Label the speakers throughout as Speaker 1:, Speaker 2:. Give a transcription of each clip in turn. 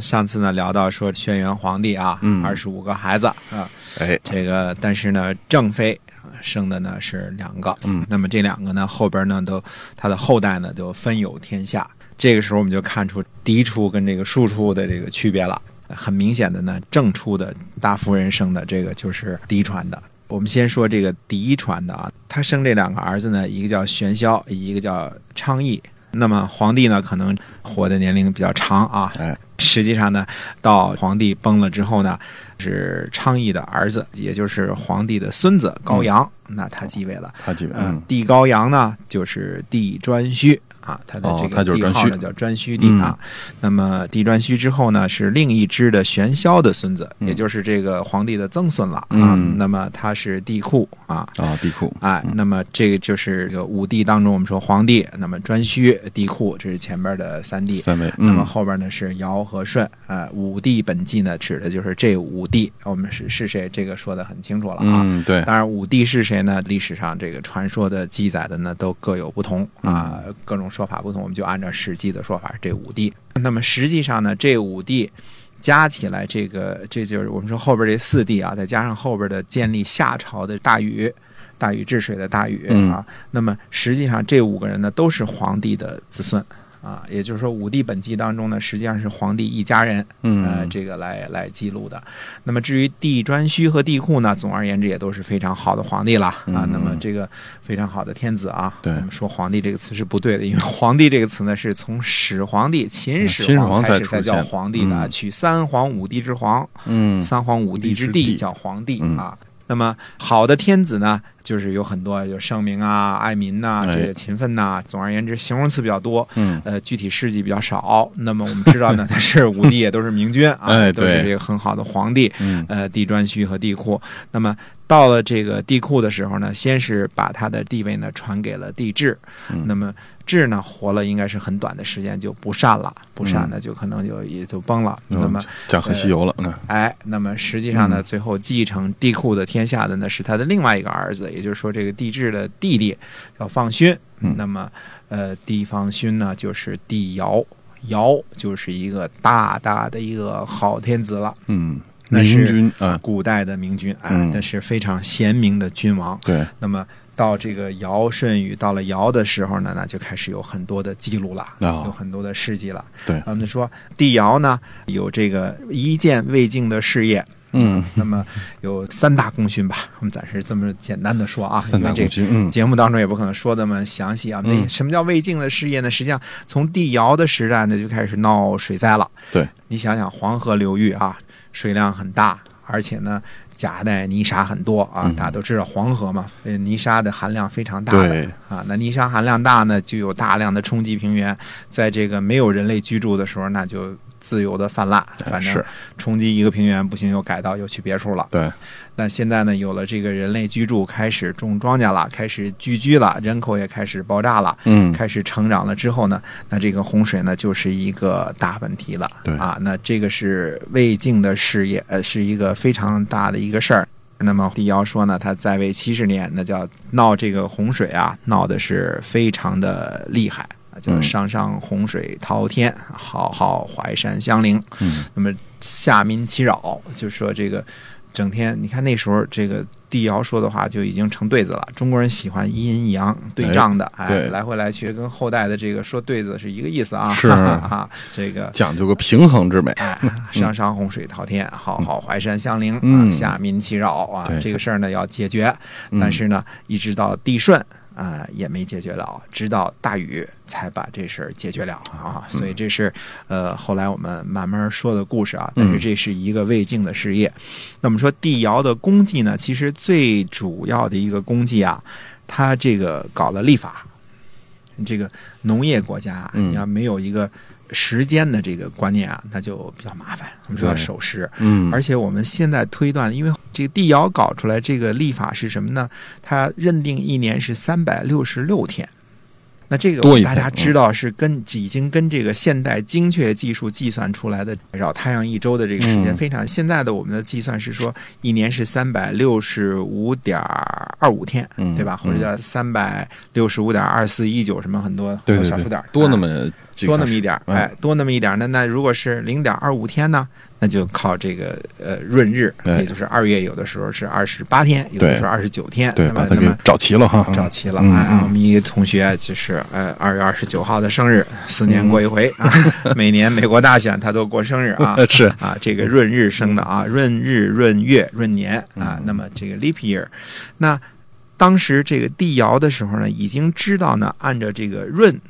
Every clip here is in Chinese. Speaker 1: 上次呢聊到说轩辕皇帝啊，
Speaker 2: 嗯
Speaker 1: 二十五个孩子啊，
Speaker 2: 哎，
Speaker 1: 这个但是呢正妃啊生的呢是两个，
Speaker 2: 嗯，
Speaker 1: 那么这两个呢后边呢都他的后代呢就分有天下。这个时候我们就看出嫡出跟这个庶出的这个区别了。很明显的呢，正出的大夫人生的这个就是嫡传的。我们先说这个嫡传的啊，他生这两个儿子呢，一个叫玄霄，一个叫昌邑。那么皇帝呢，可能活的年龄比较长啊，
Speaker 2: 哎
Speaker 1: 实际上呢，到皇帝崩了之后呢，是昌邑的儿子，也就是皇帝的孙子高阳，那他继位了。
Speaker 2: 他基本
Speaker 1: 嗯
Speaker 2: 嗯，
Speaker 1: 帝高阳呢，就是帝专顼啊，他的这
Speaker 2: 哦他
Speaker 1: 个
Speaker 2: 就是嗯
Speaker 1: 帝
Speaker 2: 颛
Speaker 1: 号呢、
Speaker 2: 顼
Speaker 1: 叫专顼帝啊。那么帝专顼之后呢，是另一支的玄霄的孙子，
Speaker 2: 嗯
Speaker 1: 也就是这个皇帝的曾孙了啊。
Speaker 2: 嗯
Speaker 1: 那么他是帝喾啊。
Speaker 2: 啊，地库
Speaker 1: 哎，那么这个就是这个五帝当中，我们说皇帝，那么专顼、帝喾，这是前边的三帝。
Speaker 2: 三位，
Speaker 1: 那么
Speaker 2: 嗯，
Speaker 1: 后边呢是尧和舜，呃，五帝本纪呢指的就是这五帝，我们是是谁，这个说的很清楚了啊。
Speaker 2: 嗯，对，
Speaker 1: 当然，五帝是谁呢？历史上这个传说的记载的呢，都各有不同
Speaker 2: 嗯
Speaker 1: 啊，各种说法不同，我们就按照《史记》的说法，这五帝。那么实际上呢，这五帝加起来，这个这就是我们说后边这四帝啊，再加上后边的建立夏朝的大禹。大禹治水的大禹
Speaker 2: 嗯
Speaker 1: 啊，那么实际上这五个人呢都是皇帝的子孙啊，也就是说五帝本纪当中呢，实际上是皇帝一家人，呃，
Speaker 2: 嗯，
Speaker 1: 这个来来记录的。那么至于帝颛顼和帝喾呢，总而言之也都是非常好的皇帝了啊。
Speaker 2: 嗯
Speaker 1: 那么这个非常好的天子啊，
Speaker 2: 对
Speaker 1: 我们说皇帝这个词是不对的，因为皇帝这个词呢是从始皇帝、秦始
Speaker 2: 嗯秦始皇
Speaker 1: 开
Speaker 2: 才
Speaker 1: 始
Speaker 2: 出
Speaker 1: 才叫
Speaker 2: 现
Speaker 1: 皇帝的啊，
Speaker 2: 嗯
Speaker 1: 取三皇五帝之皇，
Speaker 2: 嗯，
Speaker 1: 三皇五帝之
Speaker 2: 帝之
Speaker 1: 地
Speaker 2: 帝
Speaker 1: 叫皇帝
Speaker 2: 嗯
Speaker 1: 啊。那么好的天子呢，就是有很多有圣明啊、爱民呐、
Speaker 2: 哎
Speaker 1: 这个勤奋呐、总而言之，形容词比较多。
Speaker 2: 嗯，
Speaker 1: 呃，具体事迹比较少。那么我们知道 呢，他是武帝，也都是明君啊，
Speaker 2: 哎
Speaker 1: 都是
Speaker 2: 对
Speaker 1: 这个很好的皇帝。
Speaker 2: 嗯，
Speaker 1: 呃，帝颛顼和帝喾。那么到了这个帝喾的时候呢，先是把他的地位呢传给了帝挚。
Speaker 2: 嗯
Speaker 1: 那么挚呢活了应该是很短的时间就不善了，不善
Speaker 2: 嗯
Speaker 1: 呢就可能就也就崩了。那么
Speaker 2: 讲很西游了，嗯，
Speaker 1: 哎，那么实际上呢，最后继承帝喾的天下的呢是他的另外一个儿子，也就是说这个帝挚的弟弟叫放勋。
Speaker 2: 嗯
Speaker 1: 那么，呃，帝放勋呢就是帝尧，尧就是一个大大的一个好天子了，
Speaker 2: 嗯，
Speaker 1: 那是
Speaker 2: 明君啊，
Speaker 1: 古代的明君啊，
Speaker 2: 嗯
Speaker 1: 那是非常贤明的君王。
Speaker 2: 对，
Speaker 1: 那么到这个尧舜禹到了尧的时候呢，那就开始有很多的记录了，
Speaker 2: 哦
Speaker 1: 有很多的事迹了。
Speaker 2: 对
Speaker 1: 我们说帝尧呢有这个一件未竟的事业，
Speaker 2: 嗯，
Speaker 1: 那么有三大功勋吧，我们暂时这么简单的说啊，
Speaker 2: 三
Speaker 1: 因
Speaker 2: 大
Speaker 1: 为
Speaker 2: 古
Speaker 1: 这
Speaker 2: 君，嗯，
Speaker 1: 节目当中也不可能说那么详细啊。那、
Speaker 2: 嗯
Speaker 1: 什么叫魏晋的事业呢？实际上从帝尧的时代呢就开始闹水灾了。
Speaker 2: 对，
Speaker 1: 你想想黄河流域啊，水量很大，而且呢夹带泥沙很多啊。
Speaker 2: 嗯
Speaker 1: 大家都知道黄河嘛，呃泥沙的含量非常大的
Speaker 2: 对，
Speaker 1: 啊。那泥沙含量大呢，就有大量的冲积平原，在这个没有人类居住的时候，那就自由的泛滥。反正
Speaker 2: 哎是，
Speaker 1: 冲击一个平原不行，又改道又去别处了。
Speaker 2: 对，
Speaker 1: 那现在呢，有了这个人类居住，开始种庄稼了，开始聚居了，人口也开始爆炸了，
Speaker 2: 嗯，
Speaker 1: 开始成长了之后呢，那这个洪水呢就是一个大问题了。
Speaker 2: 对
Speaker 1: 啊，那这个是魏晋的事业，呃，是一个非常大的一个事儿。那么帝尧说呢，他在位七十年，那叫闹这个洪水啊，闹的是非常的厉害，叫
Speaker 2: 嗯
Speaker 1: 上上洪水滔天，浩浩淮山相邻。
Speaker 2: 嗯，
Speaker 1: 那么下民其扰，就说这个整天，你看那时候这个帝尧说的话就已经成对子了。中国人喜欢一阴一阳对仗的，哎，
Speaker 2: 对
Speaker 1: 来回来去跟后代的这个说对子是一个意思啊。
Speaker 2: 是
Speaker 1: 啊，这个
Speaker 2: 讲究个平衡之美，
Speaker 1: 哎，上上洪水滔天，浩浩淮山相邻、
Speaker 2: 嗯
Speaker 1: 啊，下民其扰啊
Speaker 2: 对，
Speaker 1: 这个事儿呢要解决，
Speaker 2: 嗯
Speaker 1: 但是呢，一直到帝舜啊、也没解决了，直到大禹才把这事儿解决了啊，
Speaker 2: 嗯
Speaker 1: 所以这是呃后来我们慢慢说的故事啊，
Speaker 2: 嗯
Speaker 1: 但是这是一个魏晋的事业。那么说帝尧的功绩呢，其实最主要的一个功绩啊，他这个搞了立法，这个农业国家啊，
Speaker 2: 嗯
Speaker 1: 你要没有一个时间的这个观念啊，那就比较麻烦，我们说要
Speaker 2: 对
Speaker 1: 守时。
Speaker 2: 嗯
Speaker 1: 而且我们现在推断，因为这个帝尧搞出来这个历法是什么呢？它认定一年是三百六十六天。那这个
Speaker 2: 多一天
Speaker 1: 大家知道是跟已经跟这个现代精确技术计算出来的绕太阳一周的这个时间
Speaker 2: 嗯
Speaker 1: 非常。现在的我们的计算是说一年是三百六十五点二五天，
Speaker 3: 嗯
Speaker 1: 对吧？或者叫三百六十五点二四一九什么很多
Speaker 2: 对对对
Speaker 1: 小数点儿
Speaker 3: 多那
Speaker 1: 啊
Speaker 3: 么几个
Speaker 1: 多那
Speaker 3: 小
Speaker 1: 么
Speaker 3: 时
Speaker 1: 一点儿，
Speaker 3: 嗯
Speaker 1: 哎，多那么一点儿。那那如果是零点二五天呢，那就靠这个呃闰日，
Speaker 3: 对
Speaker 1: 也就是二月有的时候是二十八天，有的
Speaker 3: 对
Speaker 1: 时候二十九天，
Speaker 3: 对，
Speaker 1: 那
Speaker 3: 把
Speaker 1: 么
Speaker 3: 它
Speaker 1: 那
Speaker 3: 给
Speaker 1: 么。
Speaker 3: 找齐了哈，
Speaker 1: 找齐了
Speaker 3: 嗯
Speaker 1: 哎
Speaker 3: 嗯
Speaker 1: 啊！我们一个同学就是呃，二月二十九号的生日，四年过一回
Speaker 3: 嗯
Speaker 1: 啊。 每年美国大选他都过生日 啊
Speaker 3: 哎是
Speaker 1: 啊，这个闰日生的啊，闰日、闰月、闰年啊
Speaker 3: 嗯。
Speaker 1: 那么这个 leap year，那当时这个帝尧的时候呢，已经知道呢，按照这个闰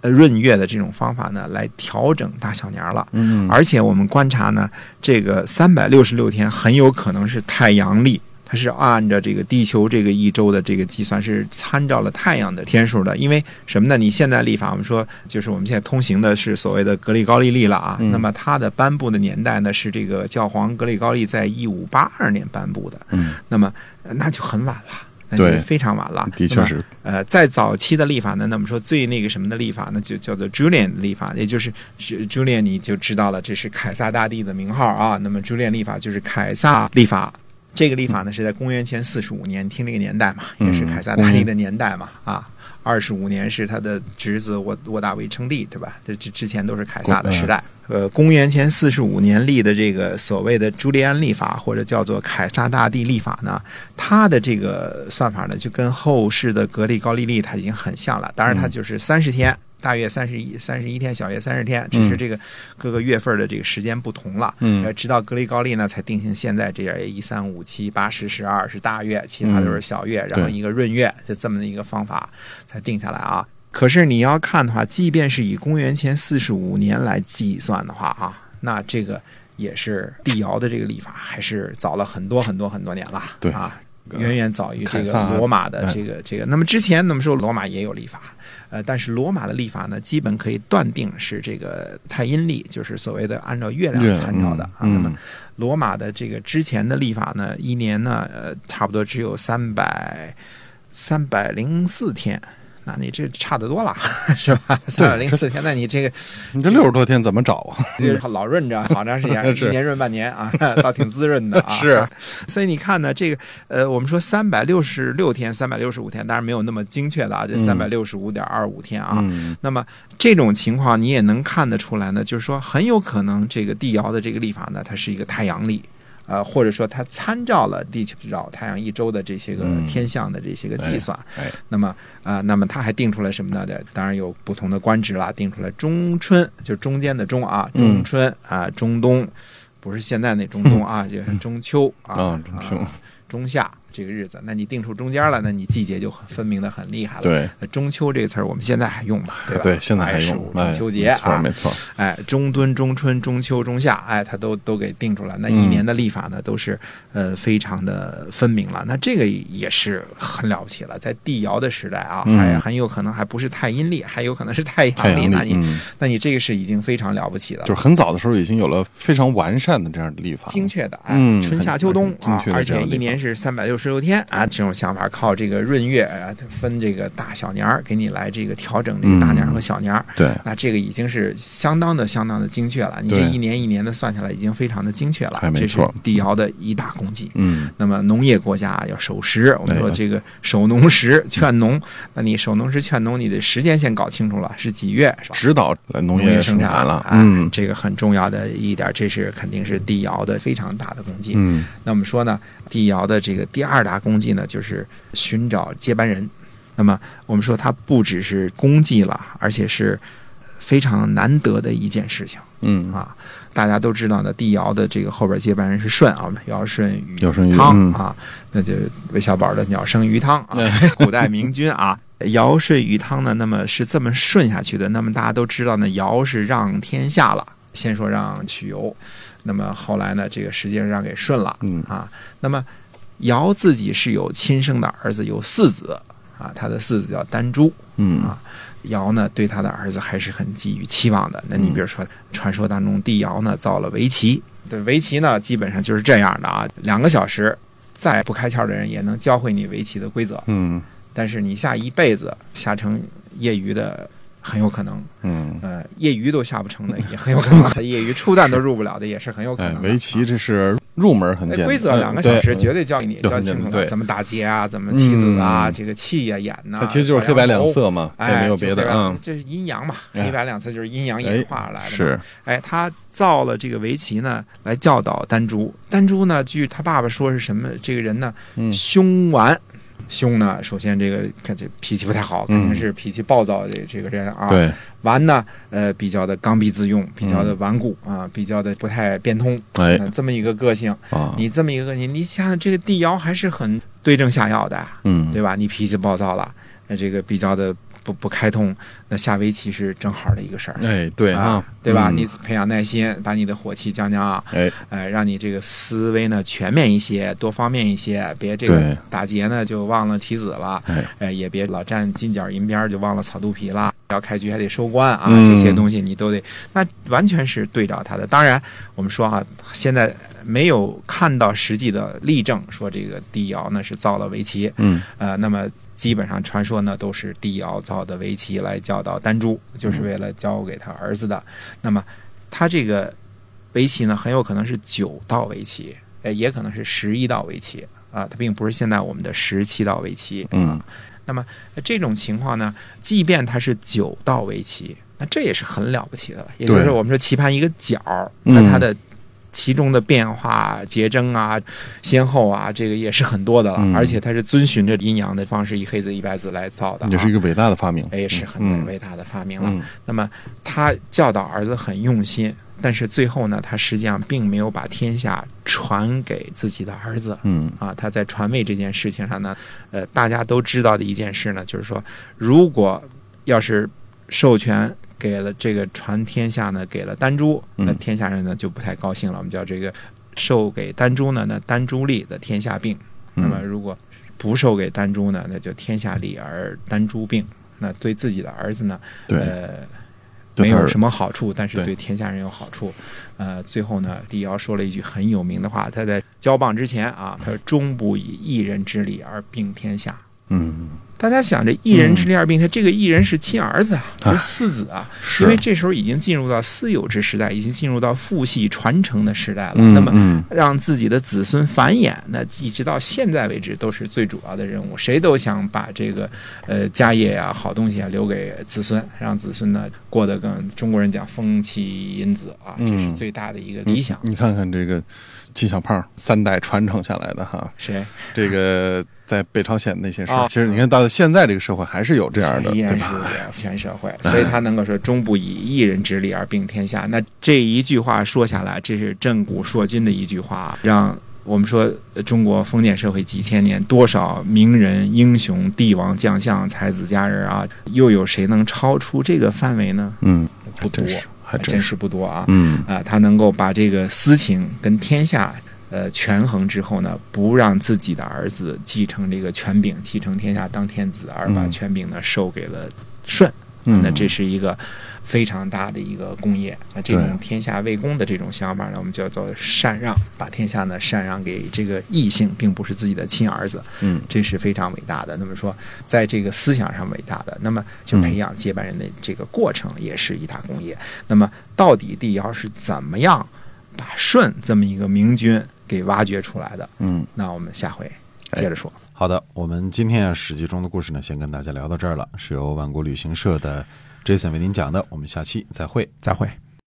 Speaker 1: 呃闰月的这种方法呢，来调整大小年儿了。
Speaker 3: 嗯，
Speaker 1: 而且我们观察呢，这个三百六十六天很有可能是太阳历，它是按照这个地球这个一周的这个计算，是参照了太阳的天数的。因为什么呢？你现在历法，我们说就是我们现在通行的是所谓的格里高利历了啊。
Speaker 3: 嗯
Speaker 1: 那么它的颁布的年代呢，是这个教皇格里高利在一五八二年颁布的。
Speaker 3: 嗯，
Speaker 1: 那么呃那就很晚了。那就
Speaker 3: 对
Speaker 1: 非常晚了，
Speaker 3: 的
Speaker 1: 啊那
Speaker 3: 确
Speaker 1: 么
Speaker 3: 是，
Speaker 1: 呃，在早期的历法呢，那么说最那个什么的历法呢，就叫做 Julian 历法，也就是 Ju- Julian，你就知道了，这是凯撒大帝的名号啊。那么 Julian 历法就是凯撒历法。这个历法呢是在公元前四十五年，听这个年代嘛，也是
Speaker 3: 嗯
Speaker 1: 凯撒
Speaker 3: 公
Speaker 1: 大帝
Speaker 3: 元
Speaker 1: 的年代嘛，啊，二十五年是他的侄子沃沃大维称帝，对吧？这这之前都是凯撒的时代。呃，公元前四十五年立的这个所谓的朱利安历法，或者叫做凯撒大帝历法呢，它的这个算法呢，就跟后世的格力高利历它已经很像了。当然，它
Speaker 3: 嗯
Speaker 1: 就是三十天，大约三十一三十一天，小约三十天，只是这个各个月份的这个时间不同了。呃，
Speaker 3: 嗯
Speaker 1: 直到格力高利呢，才定性现在这样一三五七八十十二是大月，其他都是小月，然后
Speaker 3: 嗯对
Speaker 1: 一个闰月，就这么的一个方法才定下来啊。可是你要看的话，即便是以公元前四十五年来计算的话啊，那这个也是帝尧的这个历法还是早了很多很多很多年了，
Speaker 3: 对
Speaker 1: 啊，远远早于这
Speaker 3: 凯
Speaker 1: 个
Speaker 3: 撒
Speaker 1: 罗马的
Speaker 3: 哎
Speaker 1: 这个这个。那么之前那么说罗马也有历法，呃，但是罗马的历法呢，基本可以断定是这个太阴历，就是所谓的按照月
Speaker 3: 月
Speaker 1: 亮参照的、啊。那
Speaker 3: 嗯
Speaker 1: 么罗马的这个之前的历法呢，一年呢，呃，差不多只有三百三百零四天。那你这差得多了， 是吧？三百零四天，那你这个
Speaker 3: 你这六十多天怎么找啊？
Speaker 1: 这个老润着，好长时间，
Speaker 3: 是
Speaker 1: 一年润半年啊， 倒挺滋润的啊。
Speaker 3: 是，
Speaker 1: 所以你看呢，这个呃，我们说三百六十六天、三百六十五天，当然没有那么精确的啊，这三百六十五点二五天啊。
Speaker 3: 嗯
Speaker 1: 那么这种情况你也能看得出来呢，就是说很有可能这个帝尧的这个历法呢，它是一个太阳历。呃，或者说它参照了地球绕太阳一周的这些个
Speaker 3: 嗯
Speaker 1: 天象的这些个计算，
Speaker 3: 哎，
Speaker 1: 那么啊、呃那么他还定出来什么呢？对当然有不同的官职啦，定出来中春，就中间的中啊，
Speaker 3: 嗯
Speaker 1: 中春啊、中冬，不是现在那中冬啊，就是中秋啊，
Speaker 3: 啊嗯中秋
Speaker 1: 啊中夏这个日子，那你定出中间了，那你季节就很分明的很厉害了。，
Speaker 3: 对
Speaker 1: 中秋这个词儿我们现在还用吧，对吧？
Speaker 3: 对，现在
Speaker 1: 八
Speaker 3: 还
Speaker 1: 月十
Speaker 3: 用
Speaker 1: 五
Speaker 3: 哎
Speaker 1: 中秋节啊，
Speaker 3: 没错没错，
Speaker 1: 哎，中敦、中春、中秋、中夏，哎，它都都给定出来。那一年
Speaker 3: 嗯
Speaker 1: 的历法呢，都是呃非常的分明了。那这个也是很了不起了，在帝尧的时代啊，
Speaker 3: 嗯
Speaker 1: 还很有可能还不是太阴历，还有可能是太
Speaker 3: 太
Speaker 1: 阳历。那
Speaker 3: 阳历，
Speaker 1: 你、
Speaker 3: 嗯，
Speaker 1: 那你这个是已经非常了不起的了，
Speaker 3: 就是很早的时候已经有了非常完善的这样的历法了，
Speaker 1: 精确的，哎，
Speaker 3: 嗯
Speaker 1: 春夏秋冬
Speaker 3: 很精
Speaker 1: 啊
Speaker 3: 确，的
Speaker 1: 而
Speaker 3: 这样
Speaker 1: 且
Speaker 3: 的
Speaker 1: 一年是三百六十六天啊，这种想法靠这个闰月啊分这个大小年儿，给你来这个调整这个大年
Speaker 3: 嗯
Speaker 1: 儿和小年儿。
Speaker 3: 对，
Speaker 1: 那这个已经是相当的、相当的精确了。你这
Speaker 3: 对
Speaker 1: 一年一年的算下来，已经非常的精确了
Speaker 3: 哎。没
Speaker 1: 这
Speaker 3: 错
Speaker 1: 是帝尧的一大功绩。
Speaker 3: 嗯
Speaker 1: 那么农业国家要守时，我们
Speaker 3: 对
Speaker 1: 说
Speaker 3: 的
Speaker 1: 这个守农时、劝农，那你守农时、劝农，你的时间先搞清楚了，是几月？是吧
Speaker 3: 指导农
Speaker 1: 农业
Speaker 3: 生
Speaker 1: 生
Speaker 3: 产了，
Speaker 1: 哎
Speaker 3: 嗯
Speaker 1: 这个很重要的一点，这是肯定是帝尧的非常大的功绩。
Speaker 3: 嗯
Speaker 1: 那我们说呢，帝尧的这个第二大功绩呢，就是寻找接班人。那么我们说他不只是功绩了，而且是非常难得的一件事情
Speaker 3: 嗯
Speaker 1: 啊！大家都知道呢，帝尧的这个后边接班人是舜啊，我们尧舜禹
Speaker 3: 尧舜禹
Speaker 1: 汤
Speaker 3: 嗯
Speaker 1: 啊，那就韦小宝的鸟生鱼汤啊， 古代名君啊。尧舜禹汤呢，那么是这么顺下去的。那么大家都知道呢，尧是让天下了，先说让许由，那么后来呢，这个实际上让给舜了。
Speaker 3: 嗯
Speaker 1: 啊，那么尧自己是有亲生的儿子，有四子啊，他的四子叫丹朱。
Speaker 3: 嗯
Speaker 1: 啊尧呢对他的儿子还是很寄予期望的。那
Speaker 3: 嗯
Speaker 1: 你比如说，传说当中帝尧呢造了围棋，对围棋呢基本上就是这样的啊，两个小时，再不开窍的人也能教会你围棋的规则，
Speaker 3: 嗯
Speaker 1: 但是你下一辈子下成业余的。很有可能，
Speaker 3: 嗯，
Speaker 1: 呃，业余都下不成的也很有可 能，业余初段都入不了的也是很有可
Speaker 3: 哎
Speaker 1: 能，的。
Speaker 3: 围棋这是入门很
Speaker 1: 哎
Speaker 3: 简单，
Speaker 1: 规则两个小时绝对教给你
Speaker 3: 就
Speaker 1: 教
Speaker 3: 很
Speaker 1: 清
Speaker 3: 简
Speaker 1: 楚
Speaker 3: 单
Speaker 1: 了，
Speaker 3: 嗯对
Speaker 1: 怎么打劫啊，怎么棋子啊，
Speaker 3: 嗯
Speaker 1: 这个气呀、眼呐、
Speaker 3: 它其实就是黑白两
Speaker 1: 啊头
Speaker 3: 色嘛，也
Speaker 1: 哎，
Speaker 3: 没有
Speaker 1: 就
Speaker 3: 别的
Speaker 1: 黑白
Speaker 3: 嗯，
Speaker 1: 就是阴阳嘛，
Speaker 3: 哎
Speaker 1: 黑白两色就是阴阳演化而来的。
Speaker 3: 是，
Speaker 1: 哎，他造了这个围棋呢，来教导丹朱。丹朱呢，据他爸爸说是什么？这个人呢，
Speaker 3: 嗯
Speaker 1: 凶顽。凶呢，首先这个看这脾气不太好，肯定
Speaker 3: 嗯
Speaker 1: 是脾气暴躁的这个人啊。
Speaker 3: 对，嗯
Speaker 1: 顽呢，呃，比较的刚愎自用，比较的顽固啊，比较的不太变通，
Speaker 3: 哎
Speaker 1: 呃这么一个个性。
Speaker 3: 啊，
Speaker 1: 你这么一个个性，你想想这个帝尧还是很对症下药的啊，
Speaker 3: 嗯，
Speaker 1: 对吧？你脾气暴躁了，那这个比较的不不开通，那下围棋是正好的一个事儿，
Speaker 3: 哎，对
Speaker 1: 啊
Speaker 3: 啊，
Speaker 1: 对吧？
Speaker 3: 嗯
Speaker 1: 你培养耐心，把你的火气降降啊，
Speaker 3: 哎，
Speaker 1: 呃，让你这个思维呢全面一些，多方面一些，别这个
Speaker 3: 对
Speaker 1: 打劫呢就忘了提子了，
Speaker 3: 哎
Speaker 1: 呃，也别老站金角银边儿就忘了草肚皮啦。要开局还得收官啊，
Speaker 3: 嗯
Speaker 1: 这些东西你都得，那完全是对照他的。当然，我们说啊，现在没有看到实际的例证说这个帝尧呢是造了围棋，
Speaker 3: 嗯
Speaker 1: 呃，那么基本上传说呢都是帝尧造的围棋来教导丹朱，就是为了教给他儿子的。那么他这个围棋呢，很有可能是九道围棋，呃，也可能是十一道围棋啊，它并不是现在我们的十七道围棋。
Speaker 3: 嗯
Speaker 1: 那这种情况呢，即便它是九道围棋，那这也是很了不起的了。也就是
Speaker 3: 对
Speaker 1: 说，我们说棋盘一个角儿，
Speaker 3: 嗯
Speaker 1: 那它的其中的变化、结征啊、先后啊，这个也是很多的了。
Speaker 3: 嗯
Speaker 1: 而且它是遵循着阴阳的方式，以黑子一白子来造的、啊，
Speaker 3: 嗯也是一个伟大的发明，
Speaker 1: 哎也是很
Speaker 3: 嗯
Speaker 1: 伟大的发明了。
Speaker 3: 嗯
Speaker 1: 那么他教导儿子很用心，但是最后呢，他实际上并没有把天下传给自己的儿子。
Speaker 3: 嗯
Speaker 1: 啊，他在传位这件事情上呢，呃，大家都知道的一件事呢，就是说，如果要是授权给了这个传天下呢，给了丹朱，那
Speaker 3: 嗯
Speaker 1: 天下人呢就不太高兴了。我们叫这个授给丹朱呢，那丹朱立的天下病；那么
Speaker 3: 嗯
Speaker 1: 如果不授给丹朱呢，那就天下立而丹朱病。那对自己的儿子呢，
Speaker 3: 对，
Speaker 1: 呃，
Speaker 3: 对
Speaker 1: 没
Speaker 3: 他
Speaker 1: 有
Speaker 3: 儿
Speaker 1: 什么好处，但是
Speaker 3: 对
Speaker 1: 对天下人有好处。呃，最后呢，帝尧说了一句很有名的话，他在交棒之前啊，他说：“终不以一人之力而并天下。
Speaker 3: 嗯”
Speaker 1: 大家想着一人之力而并天，他这个一人是亲儿子啊，不是四子啊，因为
Speaker 3: 是，
Speaker 1: 这时候已经进入到私有制时代，已经进入到父系传承的时代了。
Speaker 3: 嗯
Speaker 1: 那么。
Speaker 3: 嗯
Speaker 1: 让自己的子孙繁衍，那一直到现在为止都是最主要的任务。谁都想把这个呃家业呀、好东西啊留给子孙，让子孙呢过得更中国人讲风气因子啊，这是
Speaker 3: 嗯
Speaker 1: 最大的一个理想。
Speaker 3: 你看看这个纪小胖三代传承下来的哈，
Speaker 1: 谁
Speaker 3: 这个在北朝鲜那些事
Speaker 1: 啊
Speaker 3: 儿，其实你看到现在这个社会还是有这样的，
Speaker 1: 依然
Speaker 3: 对
Speaker 1: 是
Speaker 3: 吧？
Speaker 1: 全社会，所以他能够说“终不以一人之力而并天下”。那这一句话说下来，这是震古烁今的一句话，啊让我们说呃中国封建社会几千年，多少名人、英雄、帝王、将相、才子佳人啊，又有谁能超出这个范围呢？
Speaker 3: 嗯，
Speaker 1: 不多
Speaker 3: 真，是，还
Speaker 1: 还
Speaker 3: 真
Speaker 1: 真
Speaker 3: 是，
Speaker 1: 是不多啊。
Speaker 3: 嗯
Speaker 1: 啊，他能够把这个私情跟天下呃权衡之后呢，不让自己的儿子继承这个权柄，继承天下当天子，而把
Speaker 3: 嗯
Speaker 1: 权柄呢授给了舜。
Speaker 3: 嗯，
Speaker 1: 那这是一个非常大的一个功业。那这
Speaker 3: 对
Speaker 1: 种天下为公的这种想法呢，我们叫做禅让，把天下呢禅让给这个异性，并不是自己的亲儿子。
Speaker 3: 嗯
Speaker 1: 这是非常伟大的。那么说，在这个思想上伟大的，那么就
Speaker 3: 嗯
Speaker 1: 培养接班人的这个过程也是一大功业。那么到底帝尧是怎么样把舜这么一个明君给挖掘出来的？
Speaker 3: 嗯，
Speaker 1: 那我们下回接着
Speaker 3: 哎
Speaker 1: 说。
Speaker 2: 好的，我们今天啊《史记》中的故事呢，先跟大家聊到这儿了，是由万国旅行社的 Jason 为您讲的，我们下期再会。
Speaker 1: 再会。